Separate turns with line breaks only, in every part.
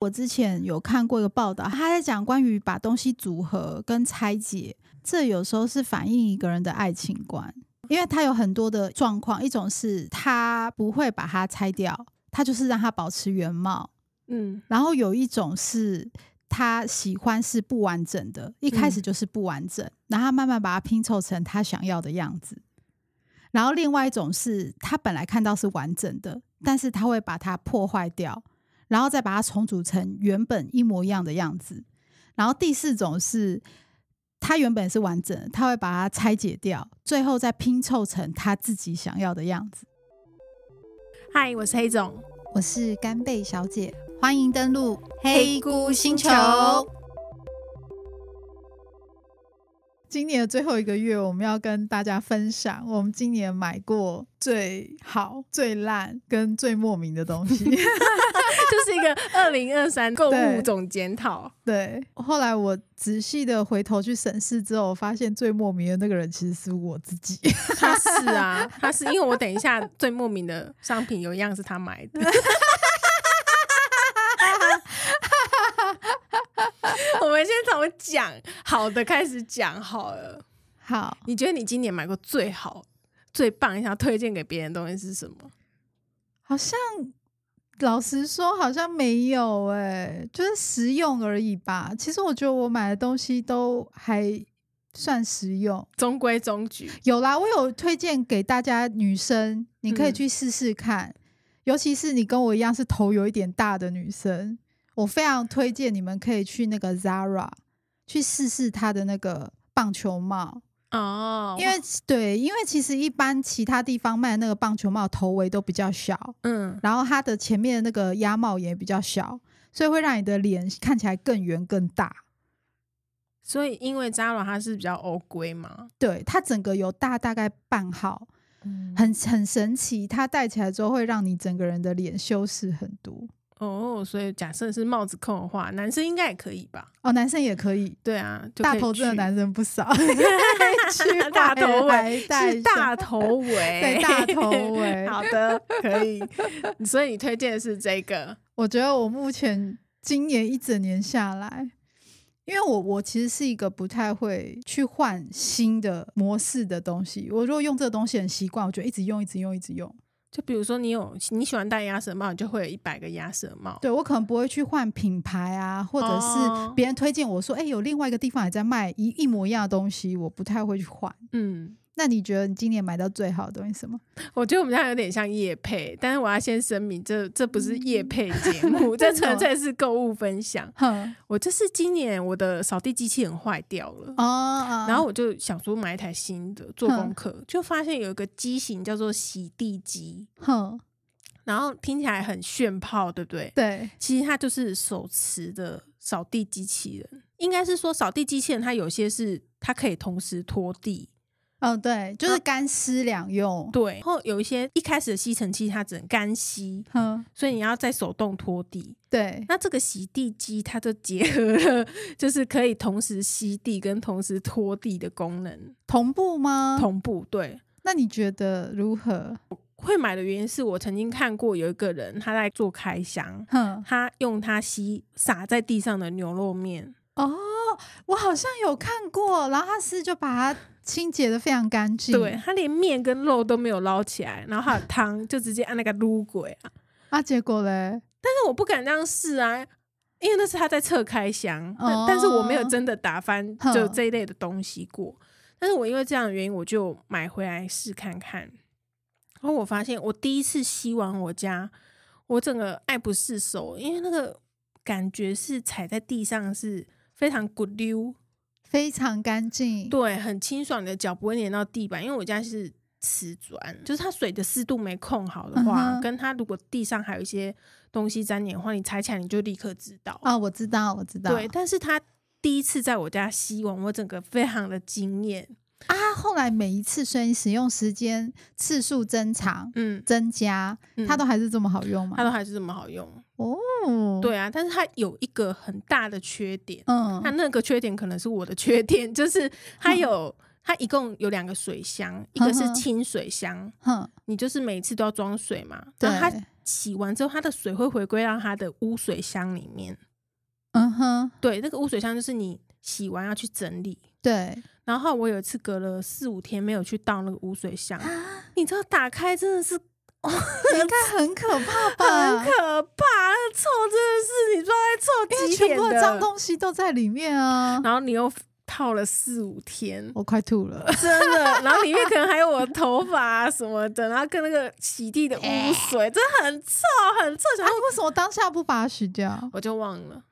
我之前有看过一个报道，他在讲关于把东西组合跟拆解，这有时候是反映一个人的爱情观，因为他有很多的状况，一种是他不会把它拆掉，他就是让它保持原貌，
嗯
然后有一种是他喜欢是不完整的，一开始就是不完整，然后他慢慢把它拼凑成他想要的样子。然后另外一种是他本来看到是完整的，但是他会把它破坏掉，然后再把它重组成原本一模一样的样子。然后第四种是。他原本是完整的，他会把它拆解掉，最后再拼凑成他自己想要的样子。
嗨，我是黑总，
我是干贝小姐，
欢迎登录
黑菇星球
今年的最后一个月，我们要跟大家分享我们今年买过最好、最烂跟最莫名的东西。
就是一个二零二三购物
对
总检讨。
对，后来我仔细的回头去审视之后，我发现最莫名的那个人其实是我自己。
他是啊，他是因为我等一下最莫名的商品有一样是他买的。 我们先从讲好的开始讲好了。
好，
你觉得你今年买过最好、最棒、想要推荐给别人的东西是什么？
好像老实说，好像没有哎、就是实用而已吧。其实我觉得我买的东西都还算实用。
中规中矩，
有啦，我有推荐给大家女生，你可以
嗯
去试试看，尤其是你跟我一样是头有一点大的女生，我非常推荐你们可以去那个 Zara 去试试它的那个棒球帽，
哦
因为对，因为其实一般其他地方卖的那个棒球帽头围都比较小，
嗯，
然后它的前面的那个鸭帽也比较小，所以会让你的脸看起来更圆更大。
所以因为 Zara 它是比较欧规嘛，
对，它整个有大大概半号，
嗯，
很很神奇，它戴起来之后会让你整个人的脸修饰很多。
哦，所以假设是帽子控的话，男生应该也可以吧？
哦，男生也可以，
对啊，就可以
大头真的
去
男生不 少，去
大头
还
围
戴
是大头 围，
对大头 围
好的，可以。所以你推荐的是这个，
我觉得我目前今年一整年下来，因为我我其实是一个不太会去换新的模式的东西。我如果用这个东西很习惯，我就一直用，一直用，一直用。
就比如说你有你喜欢戴鸭舌帽，你就会有一百个鸭舌帽。
对我可能不会去换品牌啊，或者
哦
是别人推荐我说，哎、有另外一个地方也在卖一一模一样的东西，我不太会去换。
嗯，
那你觉得你今年买到最好的东西是什么？
我觉得我们这样有点像夜配，但是我要先声明，这这不是夜配
嗯
节目，这纯
哦
粹是购物分享。
哼
我就是今年我的扫地机器人坏掉了。
哦 哦，
然后我就想说买一台新的，做功
哼
课就发现有一个机型叫做洗地机，
哼，
然后听起来很炫炮，对不对？
对，
其实它就是手持的扫地机器人，应该是说扫地机器人它有些是它可以同时拖地，
哦对，就是干湿两用。
对，然后有一些一开始的吸尘器它只能干吸，
哼，
所以你要再手动拖地。
对，
那这个洗地机它就结合了，就是可以同时吸地跟同时拖地的功能
同步吗？
同步，对。
那你觉得如何？
会买的原因是我曾经看过有一个人他在做开箱，
哼，
他用它吸撒在地上的牛肉面，
哦，我好像有看过，然后他是就把它清洁的非常干净。
对，他连面跟肉都没有捞起来，然后还有汤就直接按那个撸轨啊。
啊，结果嘞，
但是我不敢这样试啊，因为那是他在侧开箱，那
哦
但是我没有真的打翻
哼
就这一类的东西过。但是我因为这样的原因，我就买回来试看看。然后我发现，我第一次吸完我家，我整个爱不释手，因为那个感觉是踩在地上是非常咕溜，
非常干净。
对，很清爽，你的脚不会粘到地板，因为我家是瓷砖，就是它水的湿度没控好的话，
嗯哼
跟它如果地上还有一些东西粘黏的话，你踩起来你就立刻知道。
啊、我知道，我知道。
对，但是它第一次在我家吸完，我整个非常的惊艳。
啊，后来每一次所以使用时间次数增长、
嗯，
增加，它
嗯
都还是这么好用吗
它？都还是这么好用。
哦，，
对啊，但是它有一个很大的缺点，
嗯
那，那个缺点可能是我的缺点，就是它
嗯
有。它一共有两个水箱，一个
嗯
是
哼
清水箱，
哼，
你就是每次都要装水嘛。
对
然后它洗完之后，它的水会回归到它的污水箱里面。
嗯哼，
对，那个污水箱就是你洗完要去整理。
对，
然后我有一次隔了四五天没有去倒那个污水箱，
啊
你知道打开真的是
应该很可怕
很
吧？
可怕，那个臭真的是你不知道
因
在臭
为
几
全
点
部的
的
脏东西都在里面 啊！
然后你又泡了四五天，
我快吐了。啊
真的，然后里面可能还有我的头发、啊、什么的，然后跟那个洗地的污 水，真的很臭很臭，
啊，
想说
为什么当下不把它洗掉？
我就忘了。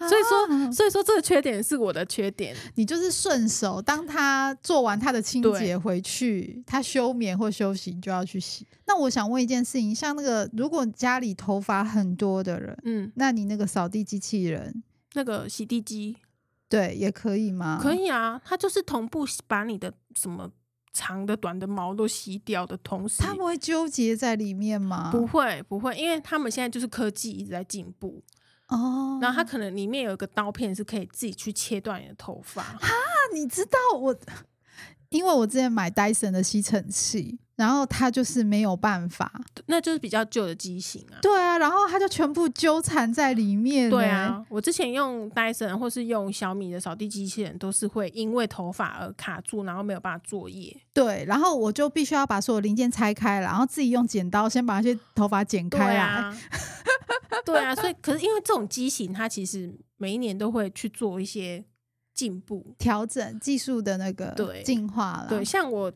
所以
啊
说，所以说这个缺点是我的缺点，
你就是顺手，当他做完他的清洁回去，他休眠或休息，你就要去洗。那我想问一件事情，像那个如果家里头发很多的人，
嗯，
那你那个扫地机器人，
那个洗地机
对，也可以吗？
可。以啊，它就是同步把你的什么长的、短的毛都洗掉的同时，
他们会纠结在里面吗？
不会不会，因为他们现在就是科技一直在进步，
哦，
然后它可能里面有一个刀片是可以自己去切断你的头发，
那你知道我，因为我之前买 Dyson 的吸尘器，然后它就是没有办法。
那就是比较旧的机型啊。
对啊，然后它就全部纠缠在里面。欸
对，啊，我之前用 Dyson 或是用小米的扫地机器人，都是会因为头发而卡住，然后没有办法作业。
对，然后我就必须要把所有零件拆开了，然后自己用剪刀先把那些头发剪
对
开来。
啊， 对啊，所以可是因为这种机型，它其实每一年都会去做一些进步。
调整技术的那个
对
进化了，
对，像我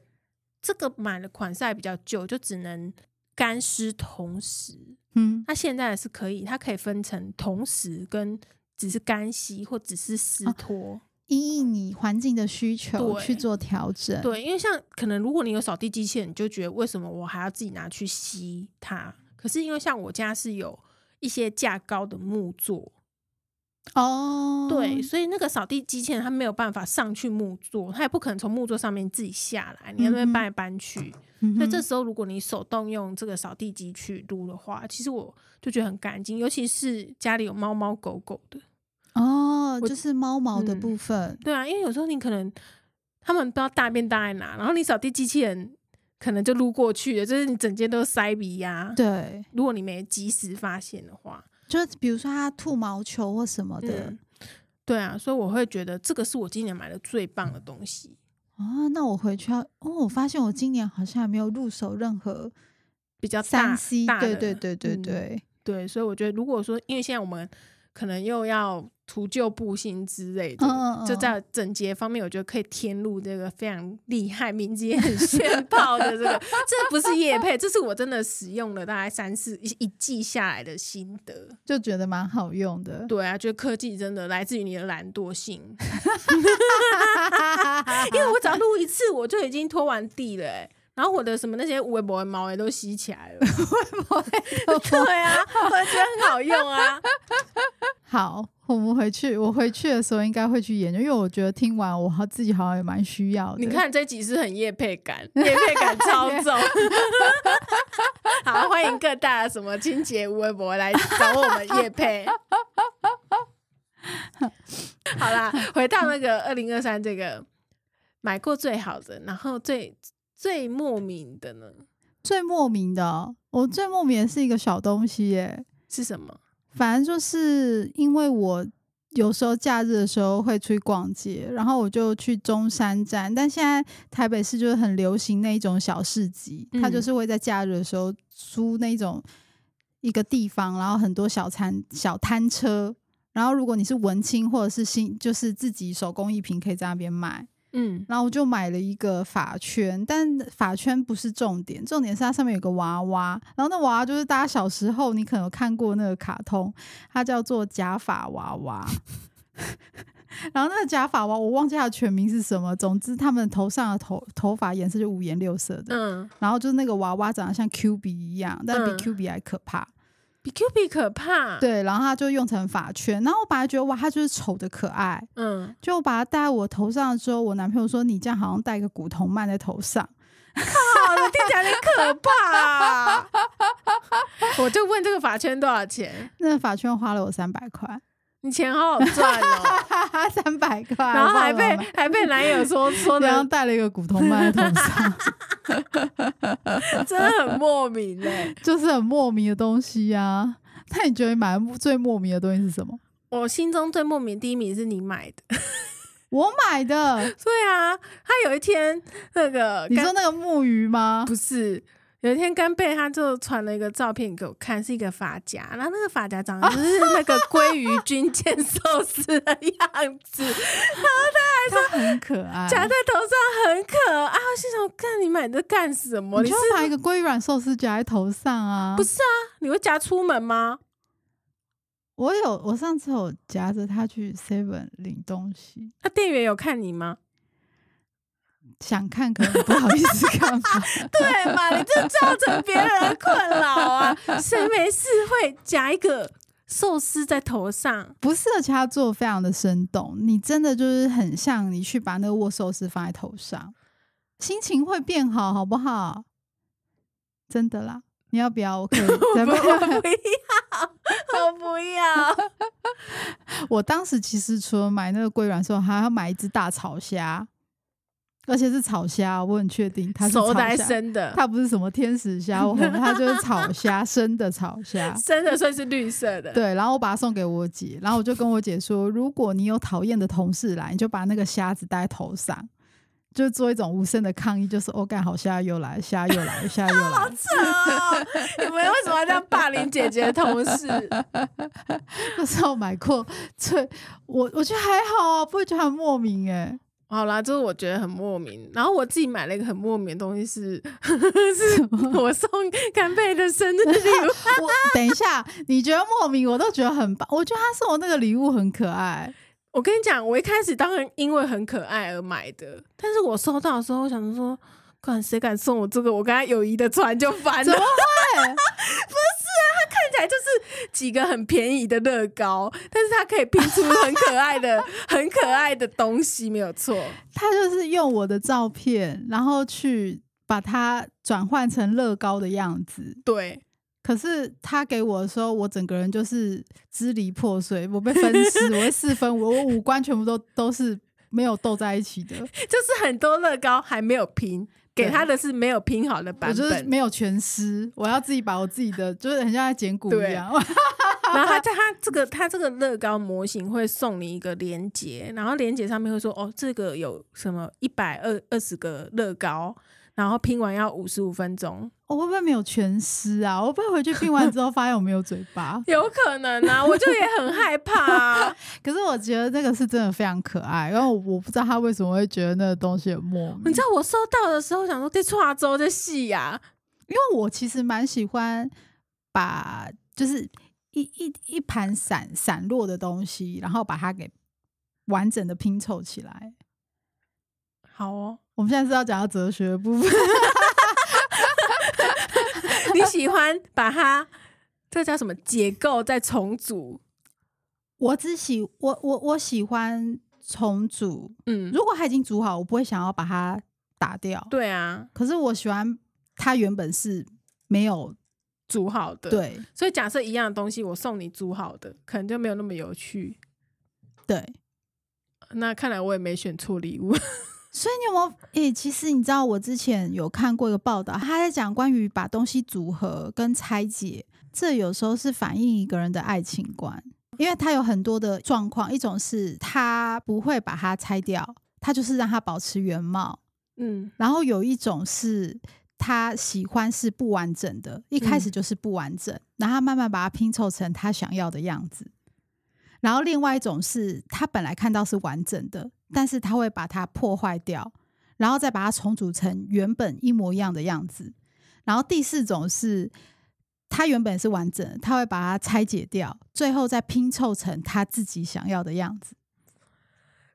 这个买的款式还比较旧，就只能干湿同时。
嗯，
那现在是可以，它可以分成同时跟只是干洗或只是湿
啊
拖。
因应你环境的需求
对
去做调整。，
对，因为像可能如果你有扫地机器人，你就觉得为什么我还要自己拿去吸它？可是因为像我家是有一些架高的木座，
哦，
对，所以那个扫地机器人它没有办法上去木座，它也不可能从木座上面自己下来，你要
嗯
那边
哼
搬来搬去。
嗯哼，
所以这时候如果你手动用这个扫地机去撸的话，其实我就觉得很干净，尤其是家里有猫猫狗狗的，
哦，
我
就是猫毛的
嗯
部分，
对啊，因为有时候你可能他们不知道大便大在哪，然后你扫地机器人可能就撸过去了，就是你整间都塞鼻呀、
对，
如果你没及时发现的话，
就是比如说它吐毛球或什么的。
嗯，对啊，所以我会觉得这个是我今年买的最棒的东西。
哦，那我回去要哦，我发现我今年好像还没有入手任何
比较啊
三
大
C，
大
对对
的
对对
嗯
对，
对，所以我觉得如果说，因为现在我们可能又要除旧布新之类的，
嗯嗯
就
嗯
在整洁方面，我觉得可以添入这个非常厉害、名字也很炫炮的这 个，这不是叶配，这是我真的使用了大概三四一一季下来的心得。
就觉得蛮好用的。
对 啊，觉得科技真的来自于你的懒 惰性，
啊
因为我只要录一次，我就已经拖完地了、欸。然后我的什么那些微博的毛也都吸起来了， 对啊，我觉得很好用啊。
好，我们回去，我回去的时候应该会去研究，因为我觉得听完我好自己好像也蛮需要的。
你，看这集是很夜配感，夜配感超重。好，欢迎各大什么清洁微博来找我们夜配。好啦，回到那个二零二三这个买过最好的，然后最最莫名的呢
最莫名的哦、我最莫名的是一个小东西耶、
是什么？
反正就是因为我有时候假日的时候会出去逛街，然后我就去中山站。但现在台北市就是很流行那一种小市集，它
嗯
就是会在假日的时候租那种一个地方，然后很多小摊小摊车。然后如果你是文青或者是新，就是自己手工艺品，可以在那边买。
嗯
然后我就买了一个发圈，但发圈不是重点，重点是它上面有个娃娃，然后那娃娃就是大家小时候你可能有看过那个卡通，它叫做假发娃娃。 然后那个假发娃，我忘记它的全名是什么，总之他们头上的头头发颜色就五颜六色的，
嗯，
然后就是那个娃娃长得像 Q 比一样，但比
嗯
Q 比还可怕。
比 Q 比可怕。，
对，然后它就用成发圈，然后我本来觉得哇，它就是丑的可爱，
嗯，
就把它戴在我头上之后，我男朋友说：“你这样好像戴个古铜曼在头上。
好的，听起来很可怕、 我就问这个法圈多少钱？
那发圈花了我三百块，
你钱好好赚哦。
哈哈，三百块，
然后还
我爸爸
被
妈妈
还被男友说说
然后
的
戴了一个古铜曼在头 上，
真的很莫名哎、
就是很莫名的东西啊。那你觉得买的最莫名的东西是什么？
我心中最莫名的第一名是你买的，
我买 的，
对啊，他有一天那个
你
干
说那个木鱼吗？
不是，有一天干贝他就传了一个照片给我看，是一个发夹，然后那个发夹长得就是那个鲑鱼军舰寿司的样 子，
它很 可爱。
夹在头上很可爱。我心想，看你买这干什么？
你就
你
是买一个鲑鱼软寿司夹在头上啊！
不是啊？你会夹出门吗？
我有，我上次有夹着它去 Seven 领东西，
那店员有看你吗？
想看可能不好意思看吧。
对 嘛？你这造成别人的困扰啊！谁没事会夹一个寿司在头 上？
不是，而且它做的非常的生动，你真的就是很像你去把那个握寿司放在头上，心情会变好，好不好？真的啦，你要不要？我可 以再
不，我
买。
不要，我不要。
我当时其实除了买那个龟软寿，还要买一只大草虾，而且是草虾，我很确定它是
熟
草
的还是
虾，
生的？
它不是什么天使虾，我很它就是草 虾，生的草虾。
生的所以是绿色的。
对，然后我把它送给我姐，然后我就跟我姐说，如果你有讨厌的同事来，你就把那个虾子戴在头上，就做一种无声的抗议，就是哦，干好虾又来，虾又来，虾又来，
哦，你们为什么要这样霸凌姐姐的同 事？
那时候买过最我我觉得还好啊，不会觉得很莫名哎、
好啦，这是我觉得很莫名。然后我自己买了一个很莫名的东西是， 是我送干贝的生日礼 物。
我等一下，你觉得莫名，我都觉得很棒，我觉得他送我那个礼物很可爱，
我跟你讲，我一开始当然因为很可爱而买的，但是我收到的时候，我想说，管谁敢送我这个，我跟他友谊的船就翻
怎
了 啊
么。会？
看起来就是几个很便宜的乐高，但是它可以拼出很可 爱的、很可爱的东西，没有错。
他就是用我的照片，然后去把它转换成乐高的样子。
对，
可是他给我的时候，我整个人就是支离破碎，我被分尸，我被四分五，我五官全部都都是没有斗在一起的，
就是很多乐高还没有拼，给他的是没有拼好的
我
版
就是
本。
没有全尸，我要自己把我自己的，就是很像在捡骨一样。
然后他在他这个他这个乐高模型会送你一个链接，然后链接上面会说哦，这个有什么一百二二十个乐高，然后拼完要五十五分钟，？
我会不会没有全尸啊？我会不会回去拼完之后发现我没有嘴巴
有可能 啊，我就也很害怕、啊。
可是我觉得那个是真的非常可爱，然后我不知道他为什么会觉得那个东西很莫名
你。知道我收到的时候想说这啊跨州这戏呀、
因为我其实蛮喜欢把就是一一一盘散散落的东西，然后把它给完整的拼凑起来。
好 哦，
我们现在是要讲到哲学的部分，
你喜欢把它这叫什么解构再重组？
我只喜我我我喜欢重组，
嗯，
如果它已经煮好，我不会想要把它打掉。，
对啊，
可是我喜欢它原本是没有
煮好的。，
对
所以假设一样的东西我送你煮好的，可能就没有那么有趣。
对，
那看来我也没选错礼物。
所以你有没有？诶、其实你知道，我之前有看过一个报道，他在讲关于把东西组合跟拆解，这有时候是反映一个人的爱情观，因为他有很多的状况，一种是他不会把它拆掉，他就是让它保持原貌；
嗯，
然后有一种是他喜欢是不完整的，一开始就是不完整，然后他慢慢把它拼凑成他想要的样子。然后另外一种是他本来看到是完整的，但是他会把它破坏掉，然后再把它重组成原本一模一样的样子。然后第四种是。他原本是完整的，他会把它拆解掉，最后再拼凑成他自己想要的样子。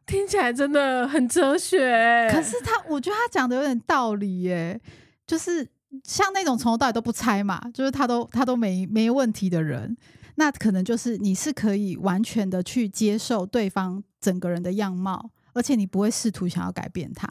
听起来真的很哲学欸、
可是他，我觉得他讲的有点道理耶，就是像那种从头到尾都不拆嘛，就是他都他都没没问题的人，那可能就是你是可以完全的去接受对方整个人的样貌，而且你不会试图想要改变他。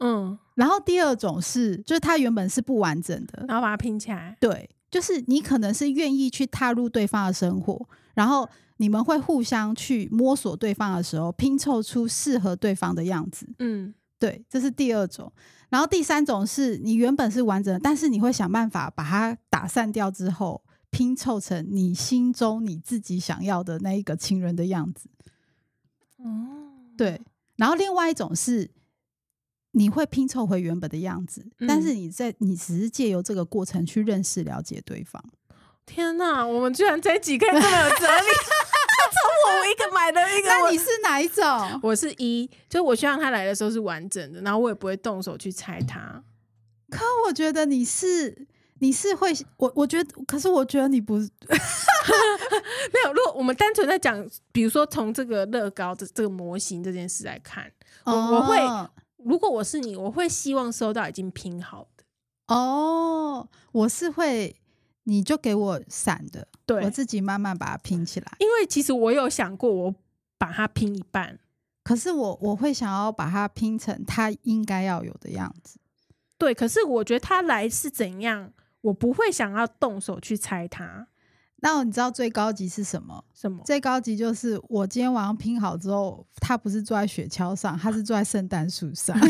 嗯，
然后第二种是，就是他原本是不完
嗯
整的，
然后把它拼起来。
对，就是你可能是愿意去踏入对方的生活，然后你们会互相去摸索对方的时候，拼凑出适合对方的样子。
嗯，
对，这是第二种。然后第三种是你原本是完整的，但是你会想办法把它打散掉之后，拼凑成你心中你自己想要的那一个情人的样子。
哦，
对，然后另外一种是你会拼凑回原本的样子，但是
嗯
你在你只是借由这个过程去认识了解对方。
天哪，我们居然在几个这么有哲 理，从我一个买了一个，
那
我
你是哪 一种？
我是一，就我希望他来的时候是完整的，然后我也不会动手去拆它。
可我觉得你是你是会我我觉得，可是我觉得你不
没有，如果我们单纯在讲，比如说从这个乐高这这个模型这件事来看，我我会
哦
如果我是你，我会希望收到已经拼好的。
哦，我是会，你就给我散的，
对
我自己慢慢把它拼起来。
因为其实我有想过，我把它拼一半。
可是我我会想要把它拼成它应该要有的样子。
对，可是我觉得它来是怎样，我不会想要动手去拆它。
那你知道最高级是什么？
什么？
最高级就是我今天晚上拼好之后，它不是坐在雪橇上，它是坐在圣诞树上。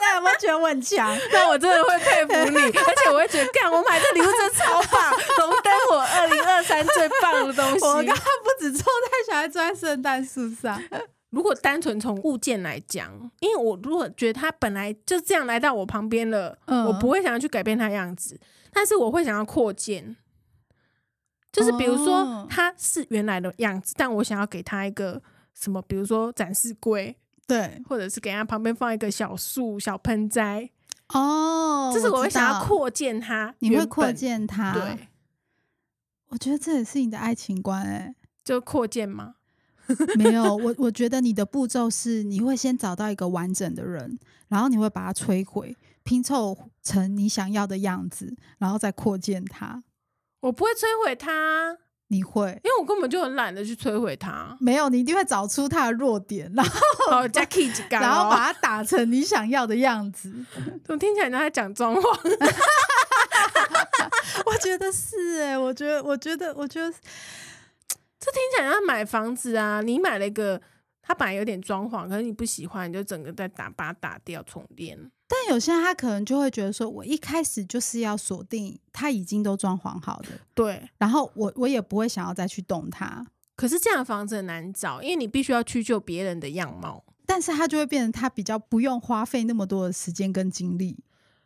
那有没有觉得我很强？
那我真的会佩服 你，而且我会觉得，干，我买这礼物真的超棒，荣登我二零二三最棒 的东
我刚刚
西。
不止坐在小孩，坐在圣诞树上。
如果单纯从物件来讲，因为我如果觉得它本来就这样来到我旁边了，
嗯
我不会想要去改变它的样子，但是我会想要扩建。就是比如说
哦，
它是原来的样子，但我想要给它一个什么，比如说展示柜，
对，
或者是给它旁边放一个小树、小盆栽，
哦，
这是我会
知道
想要扩建它。
你会扩？建它？
对，
我觉得这也是你的爱情观哎、
就扩建嘛。
没有我，我觉得你的步骤是你会先找到一个完整的人，然后你会把它摧毁，拼凑成你想要的样子，然后再扩建它。
我不会摧毁它，
你会。
因为我根本就很懒得去摧毁它
没有？你一定会找出它的弱点，然后
好，Jackie，
哦然后把它打成你想要的样子。
怎么听起来你在讲脏话？
我觉得是哎、我觉得，我觉得，我觉得
这 听起来像买房子啊，你买了一个，它本来有点装潢，可是你不喜欢，你就整个再打把它打掉重练。
但有些人他可能就会觉得说，我一开始就是要锁定他已经都装潢好的，
对，
然后我我也不会想要再去动它。
可是这样的房子很难找，因为你必须要屈就别人的样貌。
但是它就会变成它比较不用花费那么多的时间跟精力，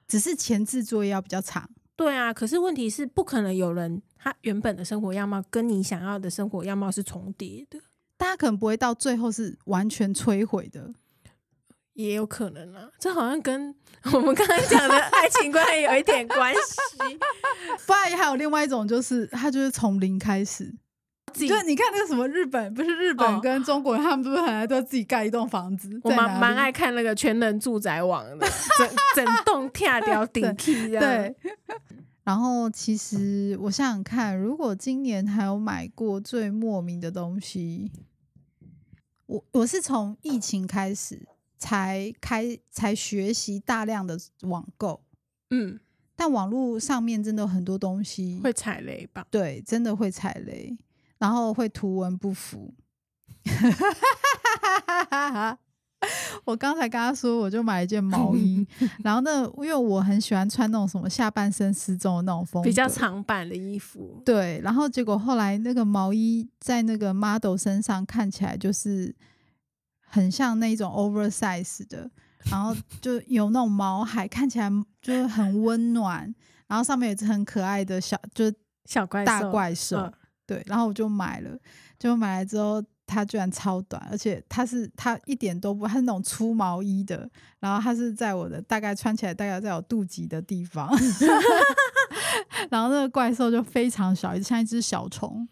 只是前置作业要比较长。
对啊，可是问题是不可能有人他原本的生活样貌跟你想要的生活样貌是重叠的，
大家可能不会到最后是完全摧毁 的，
也有可能啊。这好像跟 我们刚才讲的爱情观有一点关 系。
不然还有另外一种就是它就是从零开始。
自己
就是你看那个什么日本，不是日本
哦
跟中国人，他们都是很爱都自己盖一栋房子，
我
在
蛮
哪
蛮
里
爱看那个全能住宅网的，整整栋跳掉顶替这样。
对。 然后其实我想想看，如果今年还有买过最莫名的东西，我我是从疫情开始才开才学习大量的网购，
嗯，
但网络上面真的有很多东西
会踩雷吧？
对，真的会踩雷，然后会图文不符。 我刚才跟他说，我就买了一件毛衣， 然后那因为我很喜欢穿那种什么下半身失踪的那种风格，
比较长版的衣服，
对，然后结果后来那个毛衣在那个 model 身上看起来就是很像那种 oversize 的，然后就有那种毛海，看起来就是很温暖，然后上面有一只很可爱的小，就是
小怪
大
兽
怪兽，
嗯
对，然后我就买了，就买来之后，它居然超短，而且它是它一点都不，它是那种粗毛衣的，然后它是在我的大概穿起来大概在我肚脐的地 方， 然后那个怪兽就非常小，一只像一只小虫，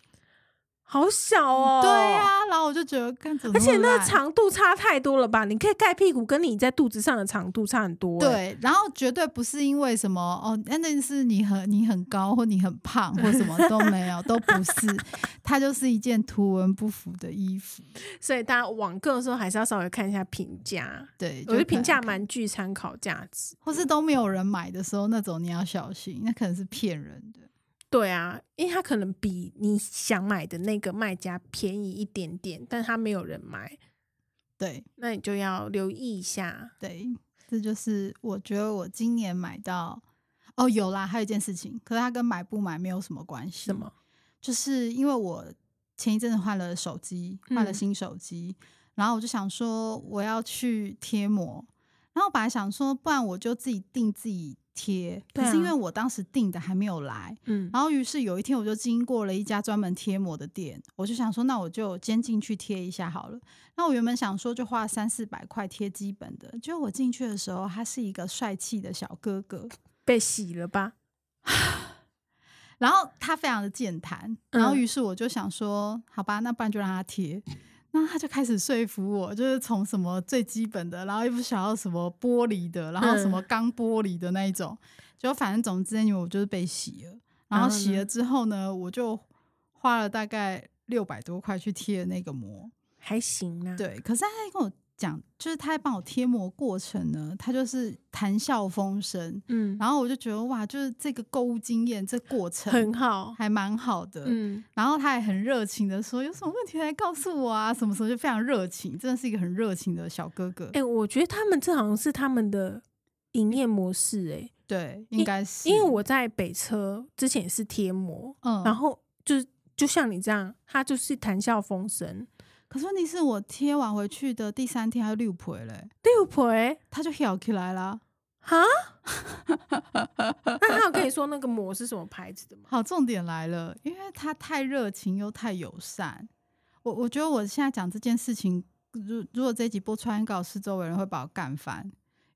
好小哦。
嗯对呀、然后我就觉得看怎么
而
那
且
么烂，
那个长度差太多了吧？你可以盖屁股，跟你在肚子上的长度差很多、欸。，
对，然后绝对不是因为什么哦，那那是你很你很高或你很胖或什么都没有，都不 是，它就是一件图文不符的衣服。
所以大家网购的时候还是要稍微看一下评价，
对，
我觉得
可能
评价蛮具参考价值。
或是都没有人买的时候，那种你要小心，那可能是骗人的。
对啊，因为它可能比你想买的那个卖家便宜一点点，但它没有人买，
对
那你就要留意一下。
对，这就是我觉得我今年买到哦，有啦，还有一件事情，可是它跟买不买没有什么关系。
什？么？
就是因为我前一阵子换了手机，换了
嗯
新手机，然后我就想说我要去贴膜，然后我本来想说，不然我就自己订自己贴，
对
可是因为
啊
我当时订的还没有来，
嗯，
然后于是有一天我就经过了一家专门贴膜的店，我就想说，那我就先进去贴一下好了。那我原本想说就花三四百块贴基本的，结果我进去的时候，他是一个帅气的小哥哥，
被洗了吧？
然后他非常的健谈，然后
嗯
于是我就想说，好吧，那不然就让他贴。那他就开始说服我，就是从什么最基本的，然后又不想要什么玻璃的，然后什么
嗯
钢玻璃的那一种，就反正总之，因为我就是被洗了。然后
然后
洗
呢
了之后呢，我就花了大概六百多块去贴那个膜。
还行啊。，
对，可是他在跟我讲，就是他在帮我贴膜过程呢，他就是谈笑风生。
嗯，
然后我就觉得哇，就是这个购物经验，这过程
很好。
还蛮好的。
嗯，
然后他也很热情的说，有什么问题来告诉我啊，什么什么就非常热情，真的是一个很热情的小哥哥。
哎、我觉得他们这好像是他们的营业模式、欸，
对，应该是
因为我在北车之前也是贴膜，
嗯，
然后就就像你这样，他就是谈笑风生，
可是问题是我贴完回去的第三天还六婆嘞，
六婆。
欸
欸
他就跳起来啦。
哈， 那他有跟你说那个膜是什么牌子的吗？
好，重点来了，因为他太热情又太友善。我我觉得我现在讲这件事情，如如果这一集播出来，搞四周围人会把我干翻，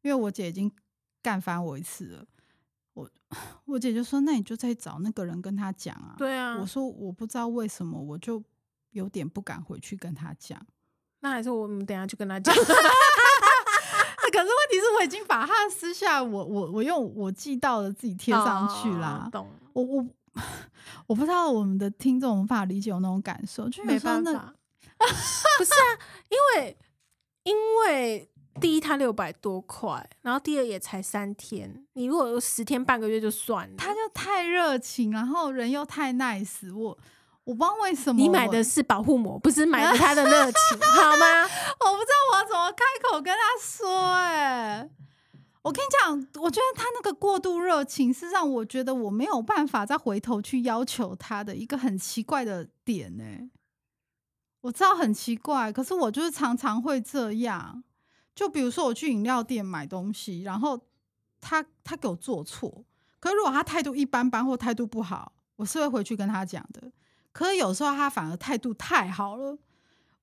因为我姐已经干翻我一次了。我我姐就说：“那你就再找那个人跟他讲啊。”
对啊
我，说我不知道为什么，我就有点不敢回去跟他讲。
那还是我们等一下去跟 他讲。
啊可是问题是我已经把他的私下，我我我用我寄到的自己贴上去啦
哦。懂？
我我 我不知道我们的听众无法理解我那种感受，就有
没
时候
办
那
法， 不是啊，因为因为第一它六百多块，然后第二也才三天，你如果有十天半个月就算了。
他就太热情，然后人又太 nice，我我不知道为什么
你买
我
的是保护膜，不是买的他的热情，好 吗？
我不知道我要怎么开口跟他说、哎，我跟你讲，我觉得他那个过度热情是让我觉得我没有办法再回头去要求他的一个很奇怪的点、哎，我知道很奇怪，可是我就是常常会这样。就比如说我去饮料店买东西，然后他他给我做错，可是如果他态度一般般或态度不好，我是会回去跟他讲的。可是有时候他反而态度太好了，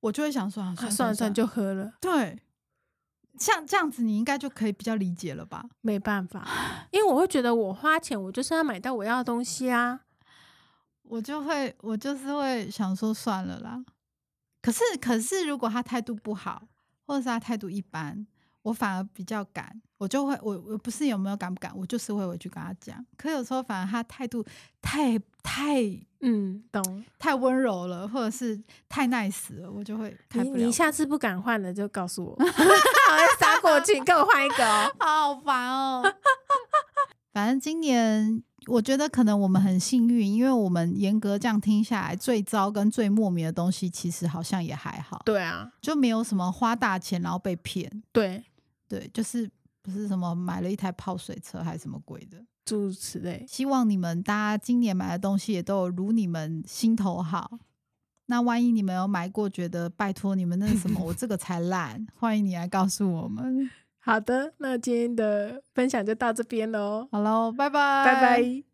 我就会想说，啊
啊
算
算了算了，就喝了。
对，像这样子，你应该就可以比较理解了吧？
没办法， 因为我会觉得我花钱，我就是要买到我要的东西啊。
我就会，我就是会想说算了啦。可是，可是如果他态度不好，或者是他态度一般，我反而比较敢，我就会，我我不是有没有敢不敢，我就是会回去跟他讲。可有时候反而他态度太太
嗯，懂。
太温柔了，或者是太 nice 了，我就会开
你
不了
你。下次不敢换了，就告诉 我，我要杀过去，你给我换一个哦。
好烦哦。 反正今年我觉得可能我们很幸运，因为我们严格这样听下来，最糟跟最莫名的东西其实好像也还好，
对啊，
就没有什么花大钱然后被骗，
对，
对，就是不是什么买了一台泡水车还是什么鬼的。
诸如此类。
希望你们大家今年买的东西也都有如你们心头好。那万一你们有买过，觉得拜托你们那个什么，我这个才烂，欢迎你来告诉我们。
好的，那今天的分享就到这边喽，
好喽，拜拜，
拜拜。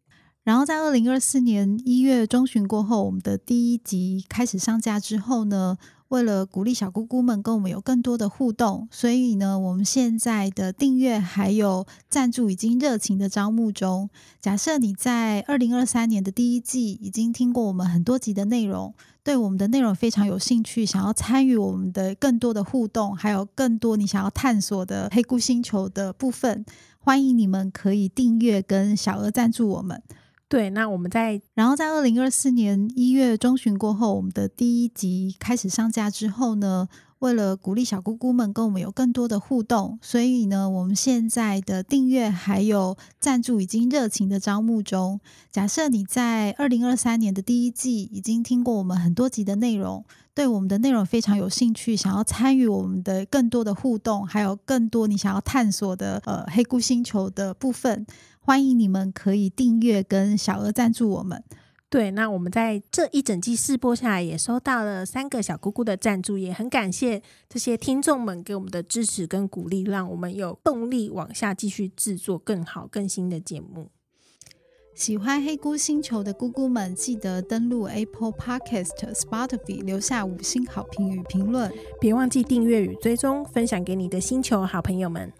然后在二零二四年一月中旬过后，我们的第一集开始上架之后呢，为了鼓励小姑姑们跟我们有更多的互动，所以呢，我们现在的订阅还有赞助已经热情的招募中。假设你在二零二三年的第一季已经听过我们很多集的内容，对我们的内容非常有兴趣，想要参与我们的更多的互动，还有更多你想要探索的黑姑星球的部分，欢迎你们可以订阅跟小额赞助我们。
对，那我们在
然后在二零二四年一月中旬过后，我们的第一集开始上架之后呢，为了鼓励小姑姑们跟我们有更多的互动，所以呢，我们现在的订阅还有赞助已经热情的招募中。假设你在二零二三年的第一季已经听过我们很多集的内容，对我们的内容非常有兴趣，想要参与我们的更多的互动，还有更多你想要探索的呃黑姑星球的部分，欢迎你们可以订阅跟小额赞助我们。
对，那我们在这一整季试播下来，也收到了三个小姑姑的赞助，也很感谢这些听众们给我们的支持跟鼓励，让我们有动力往下继续制作更好、更新的节目。
喜欢黑姑星球的姑姑们，记得登录 Apple Podcast、Spotify 留下五星好评与评论。
别忘记订阅与追踪，分享给你的星球好朋友们。